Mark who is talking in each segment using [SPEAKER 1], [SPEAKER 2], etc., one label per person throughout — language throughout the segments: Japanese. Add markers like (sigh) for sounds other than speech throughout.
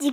[SPEAKER 1] 自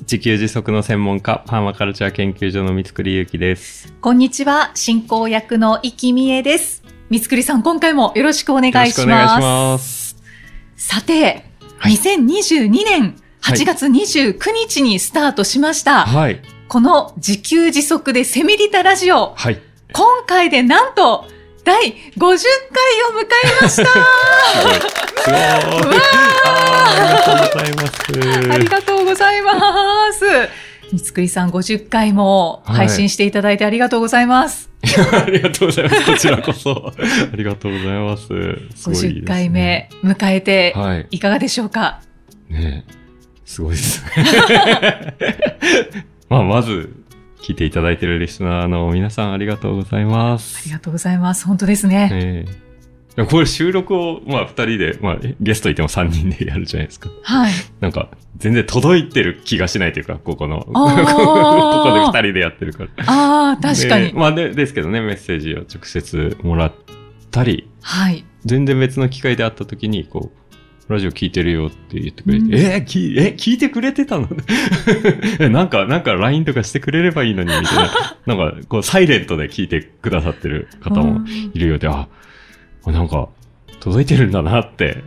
[SPEAKER 2] 自給自足の専門家、パーマカルチャー研究所の三栗ゆきです。
[SPEAKER 3] こんにちは進行役の生きみえです三栗さん今回もよろしくお願いします
[SPEAKER 2] よろしくお願いします。
[SPEAKER 3] さて、
[SPEAKER 2] はい
[SPEAKER 3] 2022年
[SPEAKER 2] はい
[SPEAKER 3] 8月29日にスタートしました、
[SPEAKER 2] はい。
[SPEAKER 3] この自給自足でセミリタラジオ
[SPEAKER 2] はい。
[SPEAKER 3] 今回でなんと第50回を迎えました
[SPEAKER 2] すごい。あーありがとうございま
[SPEAKER 3] (laughs)
[SPEAKER 2] す。
[SPEAKER 3] ありがとうございます。三つくりさん50回も配信していただいてありがとうございます。
[SPEAKER 2] ありがとうございます。こちらこそ。ありがとうございます。すごいですね
[SPEAKER 3] 50回目。迎えて
[SPEAKER 2] はい。
[SPEAKER 3] いかがでしょうか、
[SPEAKER 2] ねえすごいですね。 (laughs) まあ、まず、聞いていただいているリスナーの皆さんありがとうございま
[SPEAKER 3] あ
[SPEAKER 2] す
[SPEAKER 3] り。がとうございます。本当ですね。
[SPEAKER 2] ええいやこれ収録を、まあ、二人で、まあ、ゲストいても三人でやるじゃないですか。
[SPEAKER 3] はい。
[SPEAKER 2] なんか、全然届いてる気がしないというか、ここの、こ (laughs) こ
[SPEAKER 3] あー
[SPEAKER 2] で二人でやってるから。
[SPEAKER 3] ああ、確かに。
[SPEAKER 2] でまあで、ですけどね、メッセージを直接もらったり、
[SPEAKER 3] はい。
[SPEAKER 2] 全然別の機会で会った時に、こう、ラジオ聞いてるよって言ってくれて、
[SPEAKER 3] うん
[SPEAKER 2] えーき、え、聞いてくれてたの (laughs) えなんか、なんか LINE とかしてくれればいいのに、みたいな。なんか、こう、サイレントで聞いてくださってる方
[SPEAKER 3] う
[SPEAKER 2] も
[SPEAKER 3] ん
[SPEAKER 2] いるようで、あ、なんか、届いてるんだなって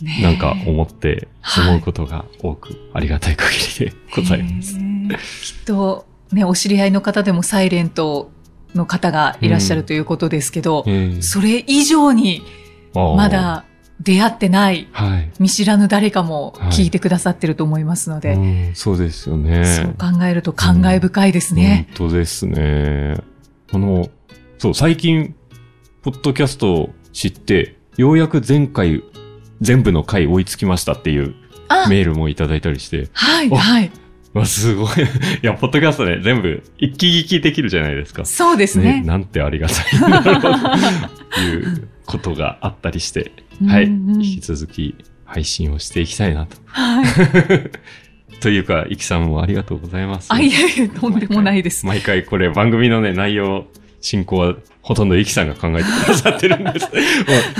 [SPEAKER 3] ねえ
[SPEAKER 2] なんか思って、
[SPEAKER 3] はい
[SPEAKER 2] 思うことが多く、ありがたい限りでございます。
[SPEAKER 3] ねえきっと、ね、お知り合いの方でもサイレントの方がいらっしゃるということですけど、
[SPEAKER 2] ええ
[SPEAKER 3] それ以上にま、だ出会ってない
[SPEAKER 2] あーはい。
[SPEAKER 3] 見知らぬ誰かも聞いてくださってると思いますので、
[SPEAKER 2] うんそうですよね。
[SPEAKER 3] そう考えると感慨深いですね。
[SPEAKER 2] 本当ですね。あの、そう、最近、ポッドキャストを知って、ようやく前回、全部の回追いつきましたっていう
[SPEAKER 3] あ、
[SPEAKER 2] メールもいただいたりして、
[SPEAKER 3] はい、
[SPEAKER 2] お
[SPEAKER 3] はい。
[SPEAKER 2] わ、すごい。いや、ポッドキャストね、全部、一気聞きできるじゃないですか。
[SPEAKER 3] そうですね。
[SPEAKER 2] なんてありがたいんだろうという (laughs) ことがあったりして、はい。
[SPEAKER 3] うんうん
[SPEAKER 2] 引き続き配信をしていきたいなと。 (laughs)
[SPEAKER 3] はい。
[SPEAKER 2] というか、いきさんもありがとうございます。
[SPEAKER 3] あ、いやいや、とんでもないです。
[SPEAKER 2] 毎回これ番組のね、内容、進行はほとんどいきさんが考えてくださってるん
[SPEAKER 3] (laughs)
[SPEAKER 2] です。も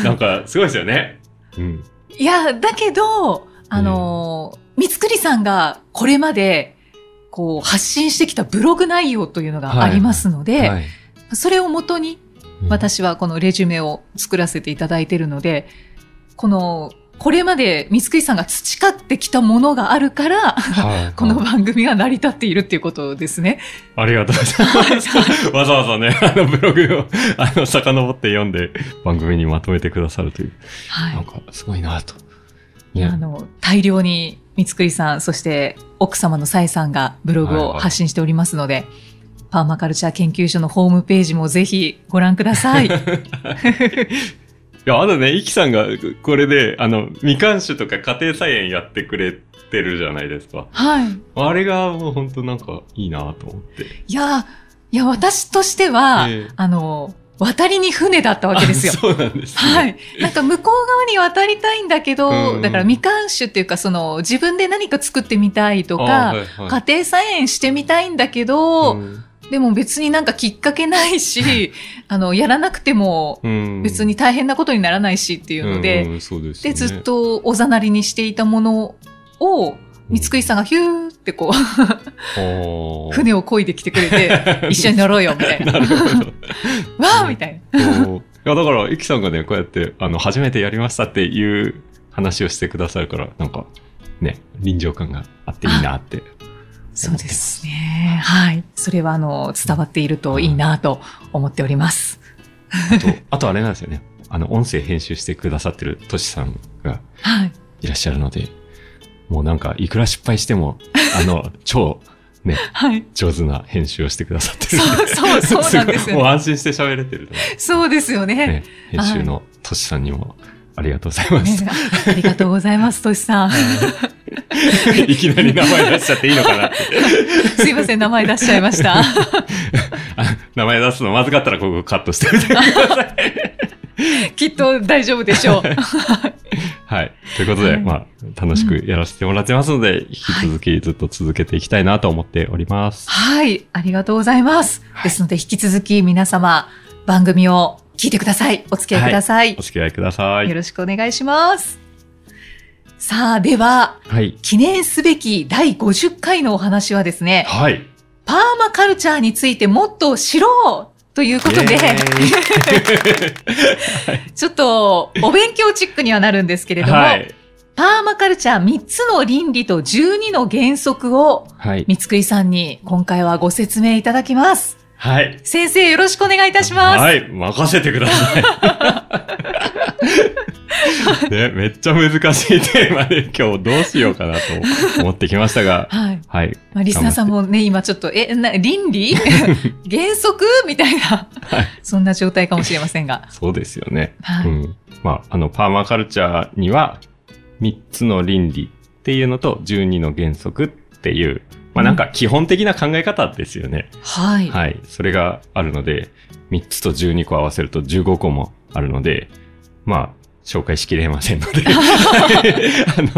[SPEAKER 2] うなんか、すごいですよね。うん。
[SPEAKER 3] いや、だけど、あのー、三つくりさんがこれまで、こう、発信してきたブログ内容というのがありますので、
[SPEAKER 2] はい。
[SPEAKER 3] それをもとに、
[SPEAKER 2] うん、
[SPEAKER 3] 私はこのレジュメを作らせていただいているので、この、これまで三つくりさんが培ってきたものがあるから、
[SPEAKER 2] はい、
[SPEAKER 3] この番組が成り立っているっていうことですね。
[SPEAKER 2] ありがとうござ
[SPEAKER 3] (laughs)
[SPEAKER 2] います。わざわざね、あのブログを、あの、遡って読んで、番組にまとめてくださるという。
[SPEAKER 3] はい。
[SPEAKER 2] なんか、すごいなと。
[SPEAKER 3] あの、大量に三つくりさん、そして奥様のさえさんがブログ
[SPEAKER 2] はい
[SPEAKER 3] を
[SPEAKER 2] はい
[SPEAKER 3] 発信しておりますので、パーマカルチャー研究所のホームページもぜひご覧くださ
[SPEAKER 2] (laughs)
[SPEAKER 3] い。
[SPEAKER 2] いや、あのね、イキさんが、これで、あの、みかん酒とか家庭菜園やってくれてるじゃないですか。
[SPEAKER 3] はい。
[SPEAKER 2] あれが、もう本当なんか、いいなと思って。
[SPEAKER 3] いや、いや、私としては、
[SPEAKER 2] ええ
[SPEAKER 3] あの、渡りに船だったわけですよ
[SPEAKER 2] あ。 (laughs) そうなんです、ね。
[SPEAKER 3] はい。なんか向こう側に渡りたいんだけど、
[SPEAKER 2] うんうん
[SPEAKER 3] だから未完酒っていうか、その自分で何か作ってみたいとか、
[SPEAKER 2] あはいはい
[SPEAKER 3] 家庭菜園してみたいんだけど、
[SPEAKER 2] うん
[SPEAKER 3] でも別になんかきっかけない
[SPEAKER 2] (laughs)
[SPEAKER 3] し、あの、やらなくても
[SPEAKER 2] うん
[SPEAKER 3] 別に大変なことにならないしっていうので、
[SPEAKER 2] うんうんそうです
[SPEAKER 3] で、
[SPEAKER 2] よね
[SPEAKER 3] ずっとおざなりにしていたものを、三つくりさんがヒューってこう、
[SPEAKER 2] うんあー
[SPEAKER 3] 船を漕いできてくれ
[SPEAKER 2] (laughs)
[SPEAKER 3] て、一緒に乗ろうよ、みたいな。
[SPEAKER 2] な
[SPEAKER 3] (laughs) わ
[SPEAKER 2] るほど
[SPEAKER 3] ーみたいな。
[SPEAKER 2] おーいやだから、イキさんがね、こうやって、あの、初めてやりましたっていう話をしてくださるから、なんか、ね、臨場感があっていいなって。
[SPEAKER 3] そうですね。はい。それは、あの、伝わっているといいなと思っております。
[SPEAKER 2] あと、あとあれなんですよね。あの、音声編集してくださってるトシさんが
[SPEAKER 3] はい。
[SPEAKER 2] いらっしゃるので、もうなんか、いくら失敗しても、あの、 (laughs) 超、ね、
[SPEAKER 3] はい。
[SPEAKER 2] 上手な編集をしてくださってるん
[SPEAKER 3] そう、
[SPEAKER 2] で。
[SPEAKER 3] そう、
[SPEAKER 2] (laughs)
[SPEAKER 3] そうなんです
[SPEAKER 2] ごいも
[SPEAKER 3] よ
[SPEAKER 2] う
[SPEAKER 3] ね。
[SPEAKER 2] 安心して喋れてると思う。
[SPEAKER 3] そうですよね。
[SPEAKER 2] ね、編
[SPEAKER 3] (laughs)
[SPEAKER 2] 集のトシさんにもありがとうございます。
[SPEAKER 3] ねありがとうございます、としさん。
[SPEAKER 2] いきなり名前出しちゃっていいのかなって。
[SPEAKER 3] (laughs) (laughs) すいません、名前出しちゃいました。 (laughs)
[SPEAKER 2] あ名前出すのまずかったらここカットしてみてくださ
[SPEAKER 3] (laughs)
[SPEAKER 2] い。
[SPEAKER 3] きっと大丈夫でしょう。
[SPEAKER 2] はい。ということで、
[SPEAKER 3] はい
[SPEAKER 2] まあ、楽しくやらせてもらってますので、引き続きずっと続けていきたいなと思っております。
[SPEAKER 3] はい、ありがとうございます。ですので、引き続き皆様、番組を聞いてください。お付き合いください。
[SPEAKER 2] お付き合いくださ
[SPEAKER 3] よ
[SPEAKER 2] い。
[SPEAKER 3] ろしくお願いします。さあ、では、
[SPEAKER 2] はい。
[SPEAKER 3] 記念すべき第50回のお話はですね、
[SPEAKER 2] はい。
[SPEAKER 3] パーマカルチャーについてもっと知ろうということ
[SPEAKER 2] イエ
[SPEAKER 3] で、
[SPEAKER 2] ー
[SPEAKER 3] ちょっとお勉強チックにはなるんですけ (laughs) れ
[SPEAKER 2] イ
[SPEAKER 3] ども、
[SPEAKER 2] はい。
[SPEAKER 3] パーマカルチャー3つの倫理と12の原則を
[SPEAKER 2] はい。
[SPEAKER 3] 三つくりさんに今回はご説明いただきます。
[SPEAKER 2] はい。
[SPEAKER 3] 先生よろしくお願いいたします。
[SPEAKER 2] はい、任せてくださ
[SPEAKER 3] (laughs)
[SPEAKER 2] い。ね、めっちゃ難しいテーマで今日どうしようかなと思ってきましたが、
[SPEAKER 3] はい。
[SPEAKER 2] はい、
[SPEAKER 3] まあ、リスナーさんもね、今ちょっと、え、な、倫
[SPEAKER 2] (laughs)
[SPEAKER 3] 理原則みたいな、
[SPEAKER 2] はい
[SPEAKER 3] そんな状態かもしれませんが。
[SPEAKER 2] そうですよね。
[SPEAKER 3] は
[SPEAKER 2] う
[SPEAKER 3] い。
[SPEAKER 2] ん。まあ、あの、パーマカルチャーには、3つの倫理っていうのと、12の原則っていう、まあなんか基本的な考え方ですよね。
[SPEAKER 3] はい。
[SPEAKER 2] はい。それがあるので、3つと12個合わせると15個もあるので、まあ、紹介しきれませんの (laughs) で、あ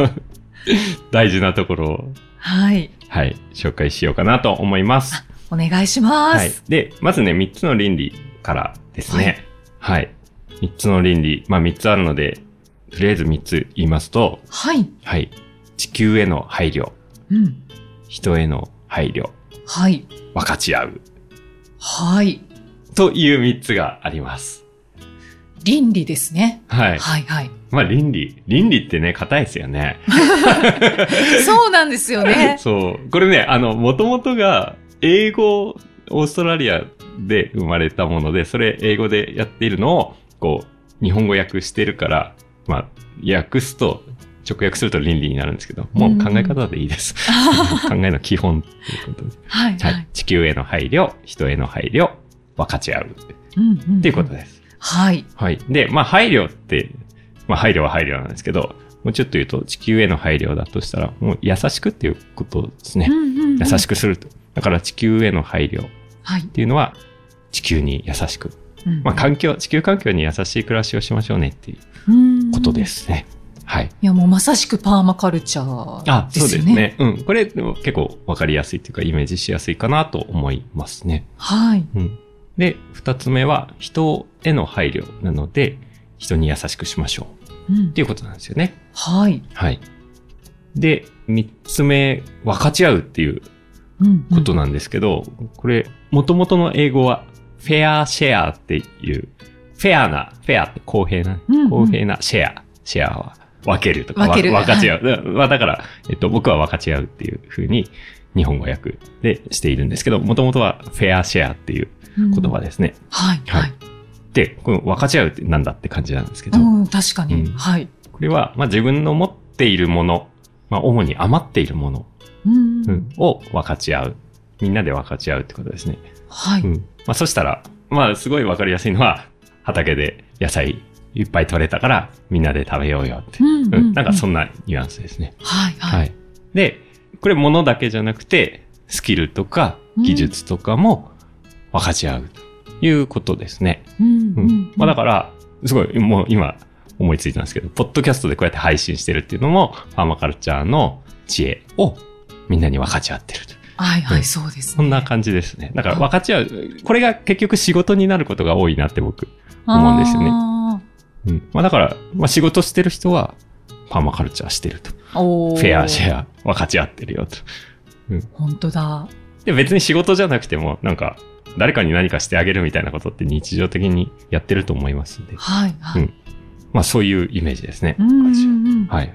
[SPEAKER 2] の、大事なところを、
[SPEAKER 3] はい。
[SPEAKER 2] はい、紹介しようかなと思います。
[SPEAKER 3] お願いします。
[SPEAKER 2] はい。で、まずね、3つの倫理からですね。はい。3つの倫理、まあ3つあるので、とりあえず3つ言いますと、
[SPEAKER 3] はい。
[SPEAKER 2] はい。地球への配慮、
[SPEAKER 3] うん。
[SPEAKER 2] 人への配慮、
[SPEAKER 3] はい。
[SPEAKER 2] 分かち合う、
[SPEAKER 3] はい。
[SPEAKER 2] という3つがあります。
[SPEAKER 3] 倫理ですね。
[SPEAKER 2] はい。
[SPEAKER 3] はい、はい。
[SPEAKER 2] まあ倫理。倫理ってね、硬いですよね。。
[SPEAKER 3] そうなんですよね
[SPEAKER 2] (laughs) そう。これね、あの、もともとが英語、オーストラリアで生まれたもので、それ英語でやっているのを、こう、日本語訳してるから、まあ、訳すと、直訳すると倫理になるんですけど、もう考え方でいい (laughs) です。考えの基本ということで。
[SPEAKER 3] はい、は
[SPEAKER 2] はいい。。地球への配慮、人への配慮、分かち合う
[SPEAKER 3] うんんん
[SPEAKER 2] っていうことです。
[SPEAKER 3] はい。
[SPEAKER 2] はい。で、まあ、配慮って、まあ、配慮は配慮なんですけど、もうちょっと言うと、地球への配慮だとしたら、もう優しくっていうことですね。優し
[SPEAKER 3] く。
[SPEAKER 2] くすると。だから、地球への配慮っ
[SPEAKER 3] はい。
[SPEAKER 2] ていうのは、地球に優しく。
[SPEAKER 3] うん
[SPEAKER 2] まあ、環境、地球環境に優しい暮らしをしましょうねっていう
[SPEAKER 3] うん
[SPEAKER 2] ことで。すね。はい。
[SPEAKER 3] いや、もうまさしくパーマカルチャ
[SPEAKER 2] あ
[SPEAKER 3] ー、で
[SPEAKER 2] そう
[SPEAKER 3] すよ
[SPEAKER 2] です
[SPEAKER 3] ね。
[SPEAKER 2] ね。うん。これ、でも結構わかりやすいっていうか、イメージしやすいかなと思いますね。
[SPEAKER 3] はい。
[SPEAKER 2] うん。で、二つ目は、人への配慮なので、人に優しくしましょう
[SPEAKER 3] うん
[SPEAKER 2] っていうことなんですよね。
[SPEAKER 3] はい。
[SPEAKER 2] はい。で、三つ目、分かち合うっていう
[SPEAKER 3] うんうん
[SPEAKER 2] ことなんですけど、これ、元々の英語は、フェアシェアっていう、フェアな、フェアって公平な、
[SPEAKER 3] うんうん
[SPEAKER 2] 公平なシェア、シェアは分けるとか、
[SPEAKER 3] 分ける
[SPEAKER 2] わ分かち合う。だからだから、えっと、僕は分かち合うっていうふうに、日本語訳でしているんですけど、元々はフェアシェアっていう言葉
[SPEAKER 3] で。
[SPEAKER 2] ですね。
[SPEAKER 3] はい。は
[SPEAKER 2] はいい。で、この分かち合うってなんだって感じなんですけど、
[SPEAKER 3] うん、確かに。
[SPEAKER 2] うん
[SPEAKER 3] はい。
[SPEAKER 2] これは、まあ、自分の持っているもの、まあ、主に余っているもの
[SPEAKER 3] うん
[SPEAKER 2] うんを分かち合う。みんなで分かち合うってことですね。
[SPEAKER 3] は
[SPEAKER 2] う
[SPEAKER 3] い。
[SPEAKER 2] ん。まあ、そしたら、まあ、すごい分かりやすいのは、畑で野菜いっぱい取れたから、みんなで食べようよって。
[SPEAKER 3] うん
[SPEAKER 2] うん。なんかそ
[SPEAKER 3] の。
[SPEAKER 2] んなニュアンスですね。
[SPEAKER 3] はい。
[SPEAKER 2] は
[SPEAKER 3] はい。
[SPEAKER 2] い。で、これ物だけじゃなくて、スキルとか技術とかも分かち合うということですね。
[SPEAKER 3] うん
[SPEAKER 2] うん。まあだ
[SPEAKER 3] か
[SPEAKER 2] から、すごい、もう今思いついたんですけど、ポッドキャストでこうやって配信してるっていうのも、パーマカルチャーの知恵をみんなに分かち合ってると。
[SPEAKER 3] ら。はい。は
[SPEAKER 2] う
[SPEAKER 3] い。
[SPEAKER 2] ん
[SPEAKER 3] そうですね。
[SPEAKER 2] そんな感じですね。だから分かち合う。これが結局仕事になることが多いなって僕。思うんですよね
[SPEAKER 3] あ
[SPEAKER 2] うん。まあだから、まあ仕事してる人は、パーマカルチャーしてると。
[SPEAKER 3] ー。お
[SPEAKER 2] フェアシ
[SPEAKER 3] ア。
[SPEAKER 2] ェア、分かち合ってるよと。
[SPEAKER 3] 本当だ。
[SPEAKER 2] で、別に仕事じゃなくても、なんか、誰かに何かしてあげるみたいなことって日常的にやってると思いますんで。
[SPEAKER 3] はい。は
[SPEAKER 2] う
[SPEAKER 3] い
[SPEAKER 2] ん。まあそういうイメージですね。
[SPEAKER 3] うんうんうん
[SPEAKER 2] はい。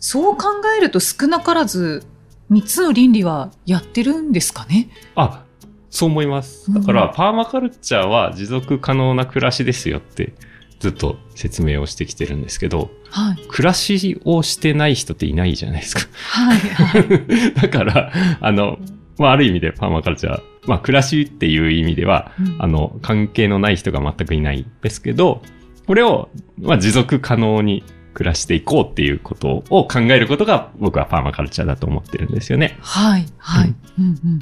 [SPEAKER 3] そう考えると少なからず、三つの倫理はやってるんですかね。
[SPEAKER 2] あ、そう思います。だから、パーマカルチャーは持続可能な暮らしですよって、ずっと説明をしてきてるんですけど、
[SPEAKER 3] はい。
[SPEAKER 2] 暮らしをしてない人っていないじゃないですか。 (laughs)
[SPEAKER 3] はい。はい。
[SPEAKER 2] だから、あの、まあ、ある意味でパーマカルチャー、まあ、暮らしっていう意味では、
[SPEAKER 3] うん
[SPEAKER 2] あの、関係のない人が全くいないですけど、これを、まあ、持続可能に暮らしていこうっていうことを考えることが僕はパーマカルチャーだと思ってるんですよね。
[SPEAKER 3] はい、はい。うんうん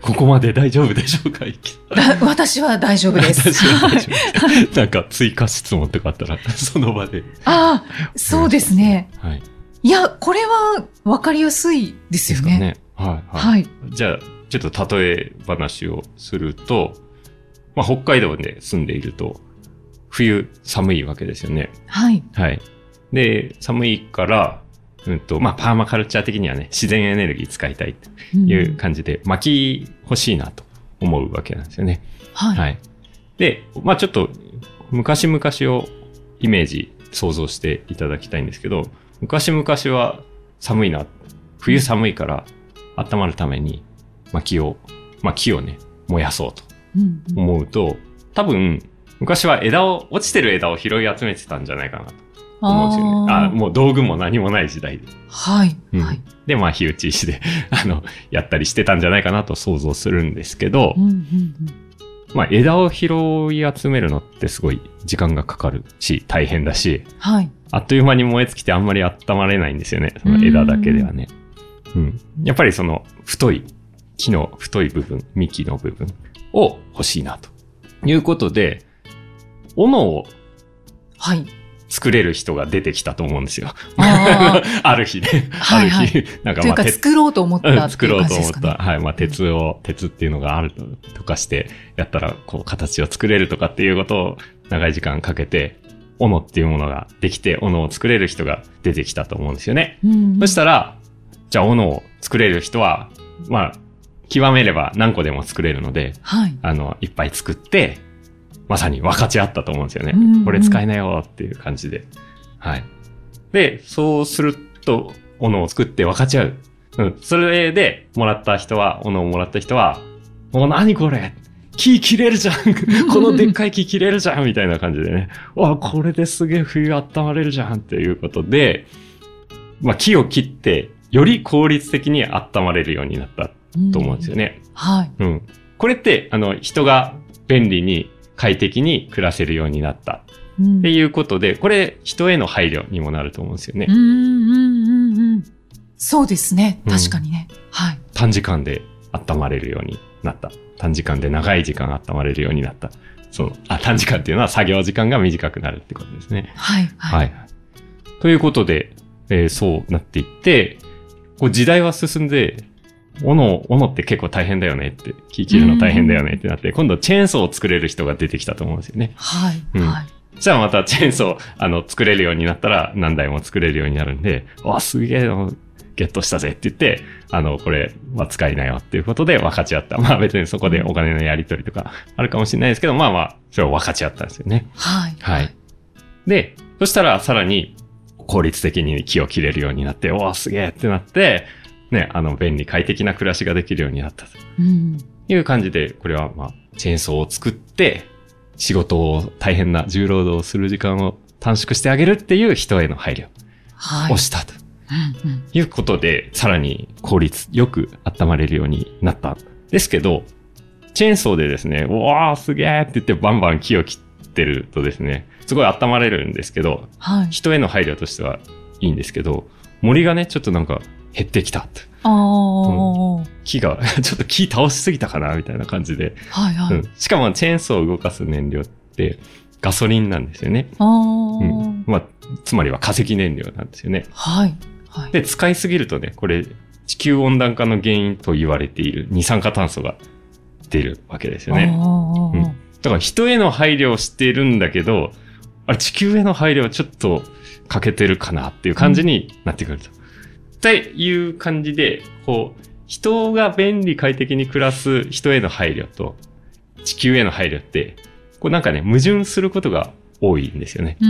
[SPEAKER 2] ここまで大丈夫でしょうか池田
[SPEAKER 3] だ私は大丈夫です。
[SPEAKER 2] 私は大丈夫
[SPEAKER 3] はい
[SPEAKER 2] (laughs) ですなんか追加質問とかあったら、その場で。
[SPEAKER 3] (laughs) ああ、そうですね。
[SPEAKER 2] はい。
[SPEAKER 3] いや、これは分かりやすいです
[SPEAKER 2] で
[SPEAKER 3] よ
[SPEAKER 2] すか
[SPEAKER 3] ね。
[SPEAKER 2] ね。はい、はい。
[SPEAKER 3] はい。
[SPEAKER 2] じゃあ、ちょっと例え話をすると、まあ、北海道で住んでいると、冬寒いわけですよね。
[SPEAKER 3] はい。
[SPEAKER 2] はい。で、寒いから、うんと、まあ、パーマカルチャー的にはね、自然エネルギー使いたいと
[SPEAKER 3] うん
[SPEAKER 2] いう感じで、薪欲しいなと思うわけなんですよね。
[SPEAKER 3] はい。
[SPEAKER 2] はい。で、まあちょっと、昔々をイメージ、想像していただきたいんですけど、昔々は寒いな、冬寒いから温まるために薪を、まあ木をね、燃やそうと
[SPEAKER 3] うんうん
[SPEAKER 2] 思うと、多分、昔は枝を、落ちてる枝を拾い集めてたんじゃないかなと思うんですよね。あ
[SPEAKER 3] あー
[SPEAKER 2] もう道具も何もない時代で。
[SPEAKER 3] はい。
[SPEAKER 2] うん
[SPEAKER 3] はい。
[SPEAKER 2] で、まあ火打ち石で、 (laughs) あの、やったりしてたんじゃないかなと想像するんですけど、
[SPEAKER 3] うんうんうん
[SPEAKER 2] まあ、枝を拾い集めるのってすごい時間がかかるし、大変だし、
[SPEAKER 3] はい。
[SPEAKER 2] あっという間に燃え尽きてあんまり温まれないんですよね。その枝だけではね。うん。やっぱりその太い、木の太い部分、幹の部分を欲しいなと。いうことで、斧を
[SPEAKER 3] はい。
[SPEAKER 2] 作れる人が出てきたと思うんですよ。
[SPEAKER 3] あ
[SPEAKER 2] (laughs) ある日ね。
[SPEAKER 3] はいはい
[SPEAKER 2] ある日。なんか
[SPEAKER 3] という
[SPEAKER 2] まあ、
[SPEAKER 3] か、
[SPEAKER 2] 鉄
[SPEAKER 3] 作ろうと思っ
[SPEAKER 2] う
[SPEAKER 3] た
[SPEAKER 2] ん、
[SPEAKER 3] って
[SPEAKER 2] 作
[SPEAKER 3] いう
[SPEAKER 2] ろう
[SPEAKER 3] 感
[SPEAKER 2] と
[SPEAKER 3] じで
[SPEAKER 2] 思
[SPEAKER 3] す
[SPEAKER 2] っ
[SPEAKER 3] か
[SPEAKER 2] た。
[SPEAKER 3] ね。
[SPEAKER 2] はい。まあ、鉄を、鉄っていうのがあるととかして、やったら、こう、形を作れるとかっていうことを、長い時間かけて、斧っていうものができて、斧を作れる人が出てきたと思うんですよね。
[SPEAKER 3] うん
[SPEAKER 2] そしたら、じゃあ、斧を作れる人は、まあ、極めれば何個でも作れるので、
[SPEAKER 3] はい。
[SPEAKER 2] あの、いっぱい作って、まさに分かち合ったと思うんですよね。
[SPEAKER 3] うんうん
[SPEAKER 2] これ使いなよっていう感じで。はい。で、そうすると、斧を作って分かち合う。うん。それで、もらった人は、斧をもらった人は、お、何これ木切れ
[SPEAKER 3] (laughs)
[SPEAKER 2] るじゃんこのでっかい木切れるじゃんみたいな感じでね。わ、これですげえ冬温まれるじゃんっていうことで、まあ木を切って、より効率的に温まれるようになったと思うんですよ
[SPEAKER 3] ね。
[SPEAKER 2] ね。
[SPEAKER 3] はい。
[SPEAKER 2] うん。これって、あの、人が便利に快適に暮らせるようになった
[SPEAKER 3] うん
[SPEAKER 2] っていうことで、これ人への配慮にもなると思うんですよね。
[SPEAKER 3] うんうんうんうん。そうですね。
[SPEAKER 2] うん
[SPEAKER 3] 確かにね。はい。
[SPEAKER 2] 短時間で温まれるようになった。短時間で長い時間温まれるようになった。その、あ、短時間っていうのは作業時間が短くなるってことですね。
[SPEAKER 3] はい。はい。
[SPEAKER 2] はい。ということで、えーそうなっていって、こう時代は進んで、斧、斧って結構大変だよねって、木切るの大変だよねってなって、今度チェーンソーを作れる人が出てきたと思うんですよね。
[SPEAKER 3] はい。
[SPEAKER 2] うん
[SPEAKER 3] はい。
[SPEAKER 2] じゃあまたチェーンソー、あの、作れるようになったら何台も作れるようになるんで、わあ、すげえの、ゲットしたぜって言って、あの、これは使いなよっていうことで分かち合った。まあ別にそこでお金のやり取りとかあるかもしれないですけど、まあまあ、それを分かち合ったんですよね。
[SPEAKER 3] はい。
[SPEAKER 2] はい。で、そしたらさらに効率的に木を切れるようになって、わあ、すげえってなって、ね、あの、便利快適な暮らしができるようになったと。
[SPEAKER 3] うん。
[SPEAKER 2] いう感じで、これはまあ、チェーンソーを作って、仕事を大変な重労働をする時間を短縮してあげるっていう人への配慮
[SPEAKER 3] はい。
[SPEAKER 2] をしたと
[SPEAKER 3] うんうん
[SPEAKER 2] いうことで、さらに効率よく温まれるようになったんですけど、チェーンソーでですね、うわーすげーって言ってバンバン木を切ってるとですね、すごい温まれるんですけど、
[SPEAKER 3] はい。
[SPEAKER 2] 人への配慮としてはいいんですけど、森がね、ちょっとなんか減ってきたと。
[SPEAKER 3] ああ。
[SPEAKER 2] 木が、 (laughs) ちょっと木倒しすぎたかなみたいな感じで、
[SPEAKER 3] はい。は
[SPEAKER 2] う
[SPEAKER 3] い。
[SPEAKER 2] ん、しかもチェーンソーを動かす燃料ってガソリンなんですよね。
[SPEAKER 3] あ
[SPEAKER 2] う
[SPEAKER 3] あ
[SPEAKER 2] ん。まあ、つまりは化石燃料なんですよね。
[SPEAKER 3] はい。はい。
[SPEAKER 2] で、使いすぎるとね、これ地球温暖化の原因と言われている二酸化炭素が出るわけですよね。
[SPEAKER 3] あー
[SPEAKER 2] だから人への配慮をしてるんだけど、あれ地球への配慮はちょっと欠けてるかなっていう感じになってくると。っていう感じで、こう、人が便利快適に暮らす人への配慮と地球への配慮って、こうなんかね、矛盾することが多いんですよね。
[SPEAKER 3] うー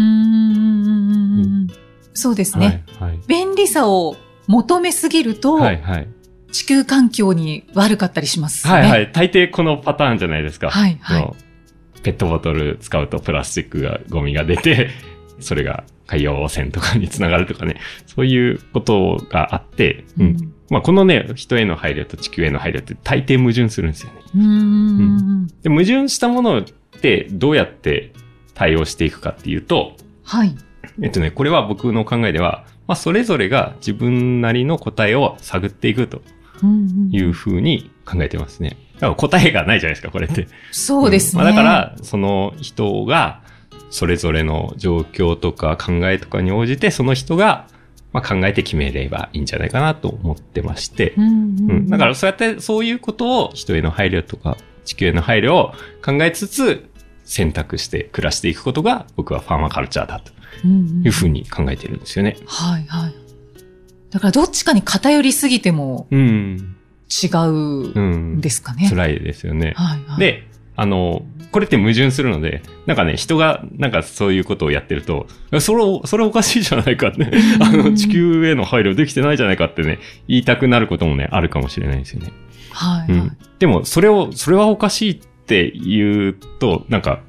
[SPEAKER 3] ん。そうですね。
[SPEAKER 2] はい。はい。
[SPEAKER 3] 便利さを求めすぎると、
[SPEAKER 2] はいはい。
[SPEAKER 3] 地球環境に悪かったりしますね。
[SPEAKER 2] はいはい。大抵このパターンじゃないですか。
[SPEAKER 3] はいはい
[SPEAKER 2] あのペットボトル使うとプラスチックが、ゴミが出て、 (laughs) それが海洋汚染とかにつながるとかね。そういうことがあって、
[SPEAKER 3] う
[SPEAKER 2] うんん。まあこのね、人への配慮と地球への配慮って大抵矛盾するんですよね。
[SPEAKER 3] うーん。
[SPEAKER 2] で、矛盾したものってどうやって対応していくかっていうと、
[SPEAKER 3] はい。
[SPEAKER 2] えっとね、これは僕の考えでは、まあ、それぞれが自分なりの答えを探っていくと
[SPEAKER 3] うんうん
[SPEAKER 2] いうふうに考えてますね。だから答えがないじゃないですか、これって。
[SPEAKER 3] そうですね。
[SPEAKER 2] んまあ、だから、その人が、それぞれの状況とか考えとかに応じて、その人が、まあ、考えて決めればいいんじゃないかなと思ってまして。
[SPEAKER 3] うんうん
[SPEAKER 2] う
[SPEAKER 3] うん
[SPEAKER 2] ん、だからそうやってそういうことを人への配慮とか地球への配慮を考えつつ選択して暮らしていくことが僕はファーマカルチャーだと
[SPEAKER 3] うんうん
[SPEAKER 2] いうふうに考えてるんですよね。
[SPEAKER 3] はいはい。だからどっちかに偏りすぎても
[SPEAKER 2] うん。
[SPEAKER 3] 違う
[SPEAKER 2] うんん。
[SPEAKER 3] ですかね。
[SPEAKER 2] 辛いですよね。
[SPEAKER 3] はいはい、
[SPEAKER 2] で、あの、これって矛盾するので、なんかね、人がなんかそういうことをやってると、それ、それおかしいじゃないかって、あの、地球への配慮できてないじゃないかってね、言いたくなることもね、あるかもしれないですよね。
[SPEAKER 3] はい
[SPEAKER 2] うん
[SPEAKER 3] はい
[SPEAKER 2] でも、それを、それはおかしいって言うと、なんか、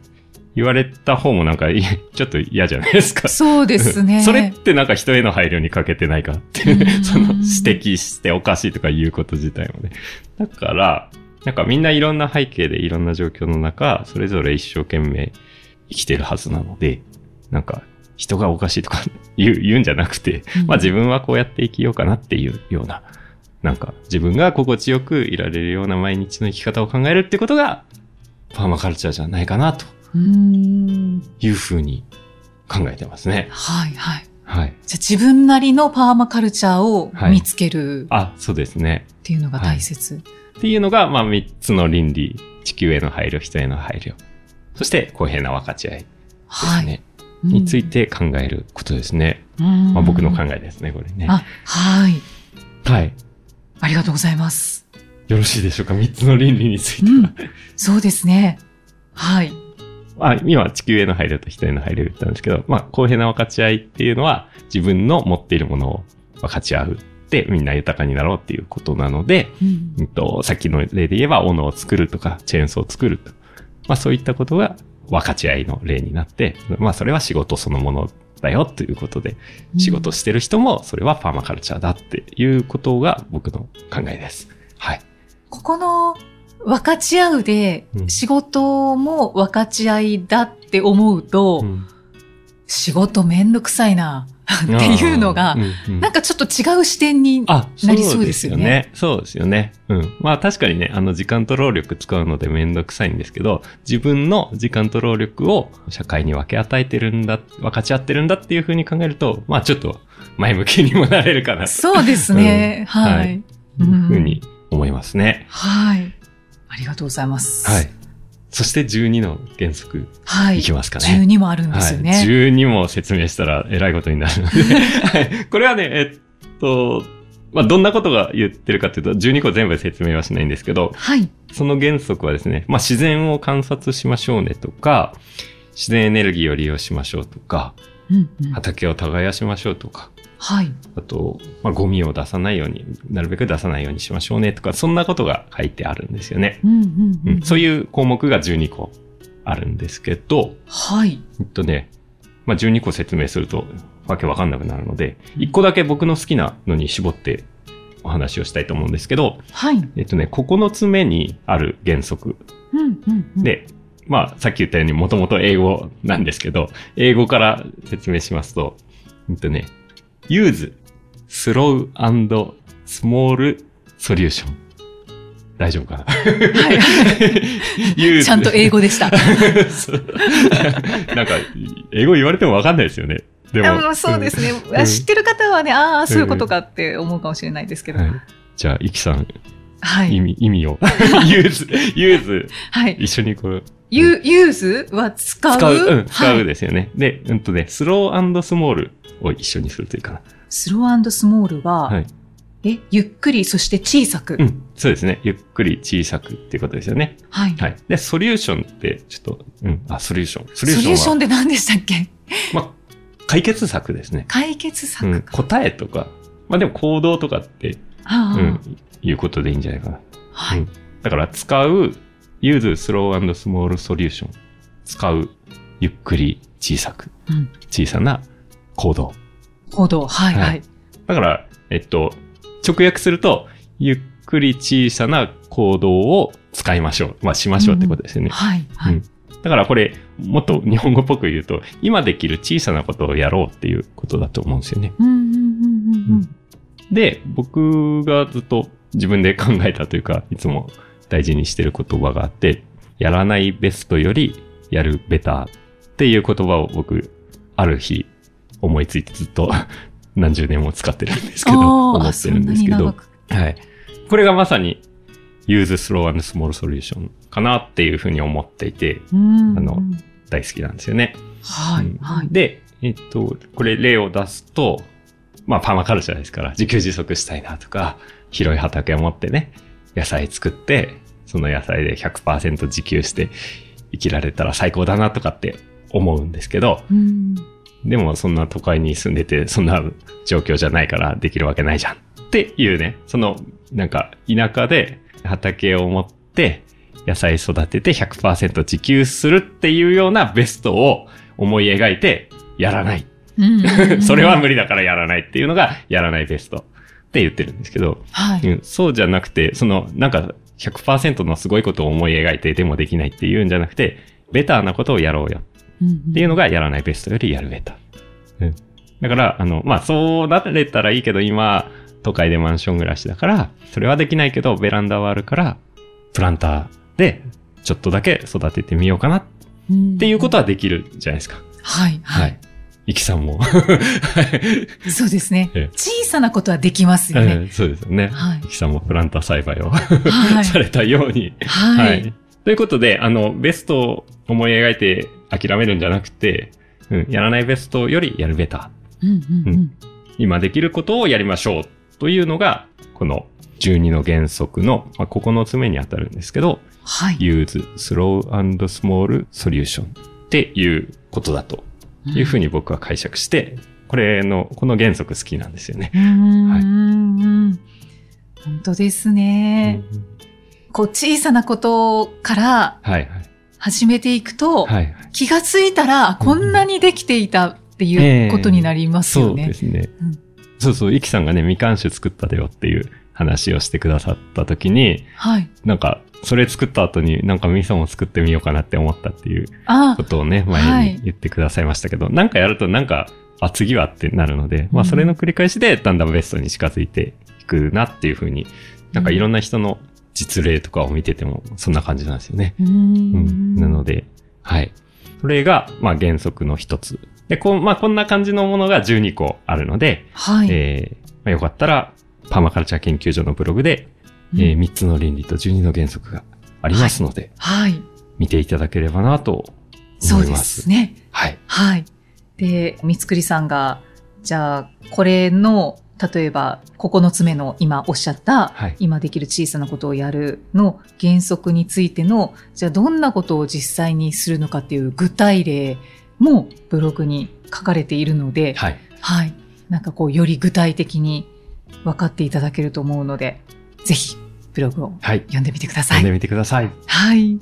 [SPEAKER 2] 言われた方もなんか、いちょっと嫌じゃないですか。
[SPEAKER 3] そうですね。
[SPEAKER 2] (laughs) それってなんか人への配慮に欠けてないかって、
[SPEAKER 3] うん
[SPEAKER 2] その指摘しておかしいとか言うこと自体もね。だから、なんかみんないろんな背景でいろんな状況の中、それぞれ一生懸命生きてるはずなので、なんか人がおかしいとか言う言うんじゃなくて、
[SPEAKER 3] うん
[SPEAKER 2] まあ自分はこうやって生きようかなっていうような、なんか自分が心地よくいられるような毎日の生き方を考えるってことが、パーマカルチャーじゃないかなと
[SPEAKER 3] うん。
[SPEAKER 2] いうふうに考えてますね。
[SPEAKER 3] はいはい。
[SPEAKER 2] はい。
[SPEAKER 3] じゃあ自分なりのパーマカルチャーを
[SPEAKER 2] はい
[SPEAKER 3] 見つける
[SPEAKER 2] あ、そうですね。
[SPEAKER 3] っていうのが大切。
[SPEAKER 2] っていうのが、まあ、3つの倫理。地球への配慮、人への配慮。そして、公平な分かち合いで
[SPEAKER 3] は
[SPEAKER 2] す
[SPEAKER 3] い。
[SPEAKER 2] ね。
[SPEAKER 3] うん
[SPEAKER 2] につい、て考えることですね。ま
[SPEAKER 3] ま
[SPEAKER 2] あ、僕の考えですね、これね。
[SPEAKER 3] あ、はい。
[SPEAKER 2] はい。
[SPEAKER 3] ありがとうございます。
[SPEAKER 2] よろしいでしょうか ?3 つの倫理についうては
[SPEAKER 3] ん。
[SPEAKER 2] (laughs)
[SPEAKER 3] そうですね。はい。
[SPEAKER 2] あ今、地球への配慮と人への配慮を言ったんですけど、まあ、公平な分かち合いっていうのは、自分の持っているものを分かち合う。で、みんな豊かになろうっていうことなので、
[SPEAKER 3] うん
[SPEAKER 2] うんと、さっきの例で言えば、斧を作るとか、チェーンソーを作ると。まあそういったことが分かち合いの例になって、まあそれは仕事そのものだよということで、仕事してる人もそれはパーマカルチャーだっていうことが僕の考えです。はい。
[SPEAKER 3] ここの分かち合うで
[SPEAKER 2] う、ん
[SPEAKER 3] 仕事も分かち合いだって思うと、仕事めんどくさいな、っていうのが、なんかちょっと違う視点に、
[SPEAKER 2] あ、
[SPEAKER 3] なりそうですよね
[SPEAKER 2] そうですよね。そうですよね。うん。まあ確かにね、あの時間と労力使うのでめんどくさいんですけど、自分の時間と労力を社会に分け与えてるんだ、分かち合ってるんだっていうふうに考えると、まあちょっと前向きにもなれるかなと
[SPEAKER 3] そうですね。
[SPEAKER 2] うん
[SPEAKER 3] は
[SPEAKER 2] はい
[SPEAKER 3] い。
[SPEAKER 2] いうふう
[SPEAKER 3] うん
[SPEAKER 2] に思いますね。
[SPEAKER 3] はい。ありがとうございます。
[SPEAKER 2] はい。。そして12の原則
[SPEAKER 3] はい。
[SPEAKER 2] いきますかね。
[SPEAKER 3] 12もあるんですよね。
[SPEAKER 2] はい、12も説明したらえらいことになるので、
[SPEAKER 3] (laughs)
[SPEAKER 2] はい、これはね、えっと、まあ、どんなことが言ってるかというと、12個全部説明はしないんですけど、
[SPEAKER 3] はい。
[SPEAKER 2] その原則はですね、まあ、自然を観察しましょうねとか、自然エネルギーを利用しましょうとか、
[SPEAKER 3] うんうん
[SPEAKER 2] 畑を耕しましょうとか、
[SPEAKER 3] はい。
[SPEAKER 2] あと、まあ、ゴミを出さないように、なるべく出さないようにしましょうねとか、そんなことが書いてあるんですよね。
[SPEAKER 3] うんう
[SPEAKER 2] うん、
[SPEAKER 3] うんん。
[SPEAKER 2] そういう項目が12個あるんですけど、
[SPEAKER 3] はい。
[SPEAKER 2] えっとね、まあ、12個説明するとわけわかんなくなるので、1個だけ僕の好きなのに絞ってお話をしたいと思うんですけど、
[SPEAKER 3] はい。
[SPEAKER 2] えっとね、9つ目にある原則
[SPEAKER 3] うんうんうん。
[SPEAKER 2] で、まあ、さっき言ったようにもともと英語なんですけど、英語から説明しますと、えっとね、use slow and small solution。大丈夫
[SPEAKER 3] (laughs)
[SPEAKER 2] かな
[SPEAKER 3] はい
[SPEAKER 2] (laughs) use
[SPEAKER 3] ちゃんと英語でした。
[SPEAKER 2] なんか、英語言われてもわかんないですよね。で
[SPEAKER 3] あ
[SPEAKER 2] も。
[SPEAKER 3] のそうですね。
[SPEAKER 2] う
[SPEAKER 3] あ
[SPEAKER 2] ん
[SPEAKER 3] 知ってる方はね、ああ、そういうことかって思うかもしれないですけ
[SPEAKER 2] うん。
[SPEAKER 3] ど。
[SPEAKER 2] はい、じゃあ、ゆきさん、
[SPEAKER 3] は
[SPEAKER 2] 意
[SPEAKER 3] い。
[SPEAKER 2] 味、意
[SPEAKER 3] (laughs)
[SPEAKER 2] 味を。ユーズ、ユーズ、
[SPEAKER 3] はい。
[SPEAKER 2] 一緒にこれ、
[SPEAKER 3] ユユーズは使う
[SPEAKER 2] 使う、うん、使
[SPEAKER 3] は
[SPEAKER 2] う
[SPEAKER 3] い。
[SPEAKER 2] ですよね。で、うんとね、スロースモールを一緒にするというかな。
[SPEAKER 3] スロースモール
[SPEAKER 2] は、
[SPEAKER 3] はいえ、ゆっくり、そして小さく
[SPEAKER 2] う。ん、そうですね。ゆっくり小さくっていうことですよね。
[SPEAKER 3] はい。
[SPEAKER 2] はい。で、ソリューションって、ちょっと、うん、あ、ソリューション。
[SPEAKER 3] ソ
[SPEAKER 2] ソ
[SPEAKER 3] リューション
[SPEAKER 2] は、
[SPEAKER 3] って何でしたっけ
[SPEAKER 2] まあ、解決策ですね。
[SPEAKER 3] 解決
[SPEAKER 2] う
[SPEAKER 3] 策
[SPEAKER 2] ん、
[SPEAKER 3] か。
[SPEAKER 2] 答えとか、まあでも行動とかって、
[SPEAKER 3] あ
[SPEAKER 2] う
[SPEAKER 3] あ
[SPEAKER 2] ん、いうことでいいんじゃないかな。
[SPEAKER 3] は
[SPEAKER 2] う
[SPEAKER 3] い
[SPEAKER 2] ん。だから使う、use slow and small solution。使う、ゆっくり小さく、
[SPEAKER 3] うん
[SPEAKER 2] 小さな行動。
[SPEAKER 3] 行動。はい
[SPEAKER 2] は
[SPEAKER 3] はいい。
[SPEAKER 2] だから、えっと、直訳すると、ゆっくり小さな行動を使いましょう。まあ、しましょうってことですよね。
[SPEAKER 3] はい。は
[SPEAKER 2] う
[SPEAKER 3] い
[SPEAKER 2] ん。だからこれ、もっと日本語っぽく言うと、今できる小さなことをやろうっていうことだと思うんですよね。
[SPEAKER 3] うんうんうんうんうん。
[SPEAKER 2] で、僕がずっと自分で考えたというか、いつも大事にしてる言葉があって、やらないベストよりやるベターっていう言葉を僕、ある日思いついてずっと (laughs) 何十年も使ってるんですけど、
[SPEAKER 3] あ
[SPEAKER 2] 思
[SPEAKER 3] あ、
[SPEAKER 2] って
[SPEAKER 3] そ
[SPEAKER 2] るん
[SPEAKER 3] ん
[SPEAKER 2] で
[SPEAKER 3] な
[SPEAKER 2] す
[SPEAKER 3] に
[SPEAKER 2] けど
[SPEAKER 3] 長、く。
[SPEAKER 2] はい。これがまさに Use Slow and Small Solution かなっていうふうに思っていて
[SPEAKER 3] うん
[SPEAKER 2] あの大好きなんですよね。
[SPEAKER 3] は
[SPEAKER 2] うん
[SPEAKER 3] い、はい。
[SPEAKER 2] で、えっと、これ例を出すと、まあパーマカルチャーですから、自給自足したいなとか、広い畑を持ってね、野菜作って、その野菜で100%自給して生きられたら最高だなとかって思うんですけど、
[SPEAKER 3] うん
[SPEAKER 2] でもそんな都会に住んでて、そんな状況じゃないからできるわけないじゃん。っていうね、その、なんか、田舎で畑を持って、野菜育てて100%自給するっていうようなベストを思い描いて、やらない。 (laughs)
[SPEAKER 3] うんうんうん
[SPEAKER 2] それは無理だからやらないっていうのが、やらないベストって言ってるんですけど、
[SPEAKER 3] は
[SPEAKER 2] う
[SPEAKER 3] い。
[SPEAKER 2] ん、そうじゃなくて、その、なんか、100%のすごいことを思い描いて、でもできないっていうんじゃなくて、ベターなことをやろうよ
[SPEAKER 3] っ
[SPEAKER 2] っていうのがやらないベストよりやるベタ。うん。だから、あの、まあ、そうなれたらいいけど、今、都会でマンション暮らしだから、それはできないけど、ベランダはあるから、プランターで、ちょっとだけ育ててみようかなっ
[SPEAKER 3] って
[SPEAKER 2] いうことはできるじゃないですか。
[SPEAKER 3] はい、は
[SPEAKER 2] はい。いきさんも。
[SPEAKER 3] い。そうですね
[SPEAKER 2] ええ。
[SPEAKER 3] 小さなことはできますよ
[SPEAKER 2] う
[SPEAKER 3] ね。
[SPEAKER 2] ん (laughs) そうですよね。
[SPEAKER 3] はい
[SPEAKER 2] い。きさんもプランター栽培を (laughs) さ
[SPEAKER 3] は
[SPEAKER 2] れたように。
[SPEAKER 3] い。は。
[SPEAKER 2] はいい。ということで、あの、ベストを思い描いて諦めるんじゃなくて、うん、やらないベストよりやるベター
[SPEAKER 3] うんうんうん。
[SPEAKER 2] 今できることをやりましょうというのが、この12の原則の、まあ、9つ目にあたるんですけど、
[SPEAKER 3] はい。
[SPEAKER 2] use slow and small solution っていうことだというふうに僕は解釈して、これの、この原則好きなんですよね。
[SPEAKER 3] うんうんうんうん。本当ですね。こう、小さなことから
[SPEAKER 2] はいはい。
[SPEAKER 3] 始めていくと、
[SPEAKER 2] はいはい。
[SPEAKER 3] 気がついたら、あこんなにできていたっていうことになります
[SPEAKER 2] そ
[SPEAKER 3] よ
[SPEAKER 2] うで
[SPEAKER 3] ね。
[SPEAKER 2] すね。
[SPEAKER 3] うん
[SPEAKER 2] そうそう、イキさんがね、みかん酒作ったでよっていう話をしてくださった時に、
[SPEAKER 3] はい。
[SPEAKER 2] なんか、それ作った後になんか味噌も作ってみようかなって思ったっていう
[SPEAKER 3] あ
[SPEAKER 2] こ、とをね、前に言ってくださいましたけど、なんかやるとなんか、あ、次はってなるので、まあ
[SPEAKER 3] うん
[SPEAKER 2] それの繰り返しでだんだんベストに近づいていくなっていうふうに、なんかいろんな人の実例とかを見ててもそんな感じなんですよね。
[SPEAKER 3] う
[SPEAKER 2] うん。
[SPEAKER 3] ん
[SPEAKER 2] なので、はい。それが、まあ原則の一つ。で、こう、まあこんな感じのものが12個あるので、
[SPEAKER 3] はい。
[SPEAKER 2] えーまあ、よかったら、パーマカルチャー研究所のブログで、え
[SPEAKER 3] う
[SPEAKER 2] ー、
[SPEAKER 3] ん
[SPEAKER 2] 3つの倫理と12の原則がありますので、
[SPEAKER 3] はい。
[SPEAKER 2] 見ていただければなと
[SPEAKER 3] そ
[SPEAKER 2] 思
[SPEAKER 3] う
[SPEAKER 2] い
[SPEAKER 3] で
[SPEAKER 2] ます。
[SPEAKER 3] すね。
[SPEAKER 2] はい。
[SPEAKER 3] はい。で、三つくりさんが、じゃあ、これの、例えば、9つ目の今おっしゃった、
[SPEAKER 2] はい
[SPEAKER 3] 今できる小さなことをやるの原則についての、じゃあ、どんなことを実際にするのかっていう具体例もブログに書かれているので、
[SPEAKER 2] はい。
[SPEAKER 3] はい。なんかこう、より具体的に分かっていただけると思うので、ぜひ、ブログを
[SPEAKER 2] はい。
[SPEAKER 3] 読んでみてくださ
[SPEAKER 2] 読ん
[SPEAKER 3] い。
[SPEAKER 2] でみてくださ
[SPEAKER 3] (laughs)
[SPEAKER 2] い。あり
[SPEAKER 3] はい。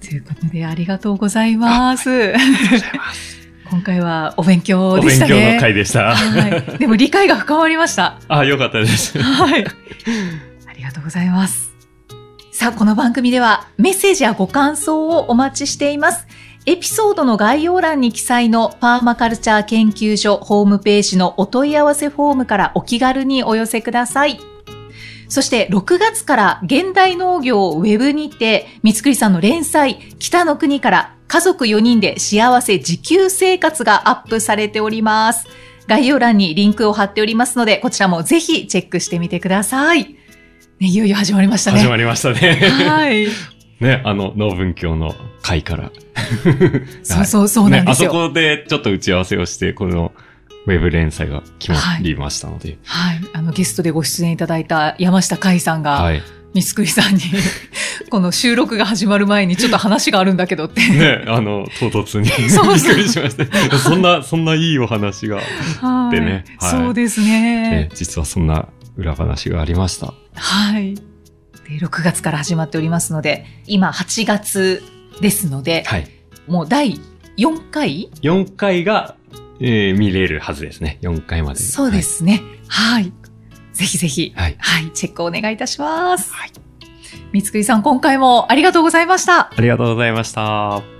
[SPEAKER 3] ということで、ありがとうございます。
[SPEAKER 2] がとうございます。
[SPEAKER 3] (laughs) 今回はお勉強
[SPEAKER 2] お
[SPEAKER 3] で
[SPEAKER 2] 勉
[SPEAKER 3] したね。
[SPEAKER 2] 強の回
[SPEAKER 3] (laughs)
[SPEAKER 2] でした。
[SPEAKER 3] はい。でも理解が深まりました。
[SPEAKER 2] あ、よかったです。 (laughs)
[SPEAKER 3] はい。ありがとうございます。さあ、この番組ではメッセージやご感想をお待ちしています。エピソードの概要欄に記載のパーマカルチャー研究所ホームページのお問い合わせフォームからお気軽にお寄せください。そして6月から現代農業をウェブにて、三つくりさんの連載、北の国から家族4人で幸せ自給生活がアップされております。概要欄にリンクを貼っておりますので、こちらもぜひチェックしてみてください。ね、いよいよ始まりましたね。
[SPEAKER 2] 始まりましたね。
[SPEAKER 3] はい。
[SPEAKER 2] ね、あの、農文教の会から。
[SPEAKER 3] (laughs) そうそうそうなんですよ。
[SPEAKER 2] ね、あそこでちょっと打ち合わせをして、このウェブ連載が決まりましたので。
[SPEAKER 3] はい。あの、ゲストでご出演いただいた山下海さん
[SPEAKER 2] は
[SPEAKER 3] が、
[SPEAKER 2] い。
[SPEAKER 3] 三つくりさんに、 (laughs) この収録が始まる前にちょっと話があるんだけどって。
[SPEAKER 2] ね、あの、唐突にびっく
[SPEAKER 3] (laughs)
[SPEAKER 2] り
[SPEAKER 3] そうそう
[SPEAKER 2] しました。そんな、そんないいお話が。
[SPEAKER 3] はい。
[SPEAKER 2] でねはい
[SPEAKER 3] そうです
[SPEAKER 2] ね
[SPEAKER 3] ね。
[SPEAKER 2] 実はそんな裏話がありました。
[SPEAKER 3] はい。で、6月から始まっておりますので、今8月ですので、
[SPEAKER 2] はい。
[SPEAKER 3] もう第4回
[SPEAKER 2] 4回が、えー見れるはずですね。4回まで。
[SPEAKER 3] そうで。すね。はい。ぜひぜひ、
[SPEAKER 2] はい。
[SPEAKER 3] はい、チェックお願いいたします。はい。三つくりさん、今回もありがとうございました。
[SPEAKER 2] ありがとうございました。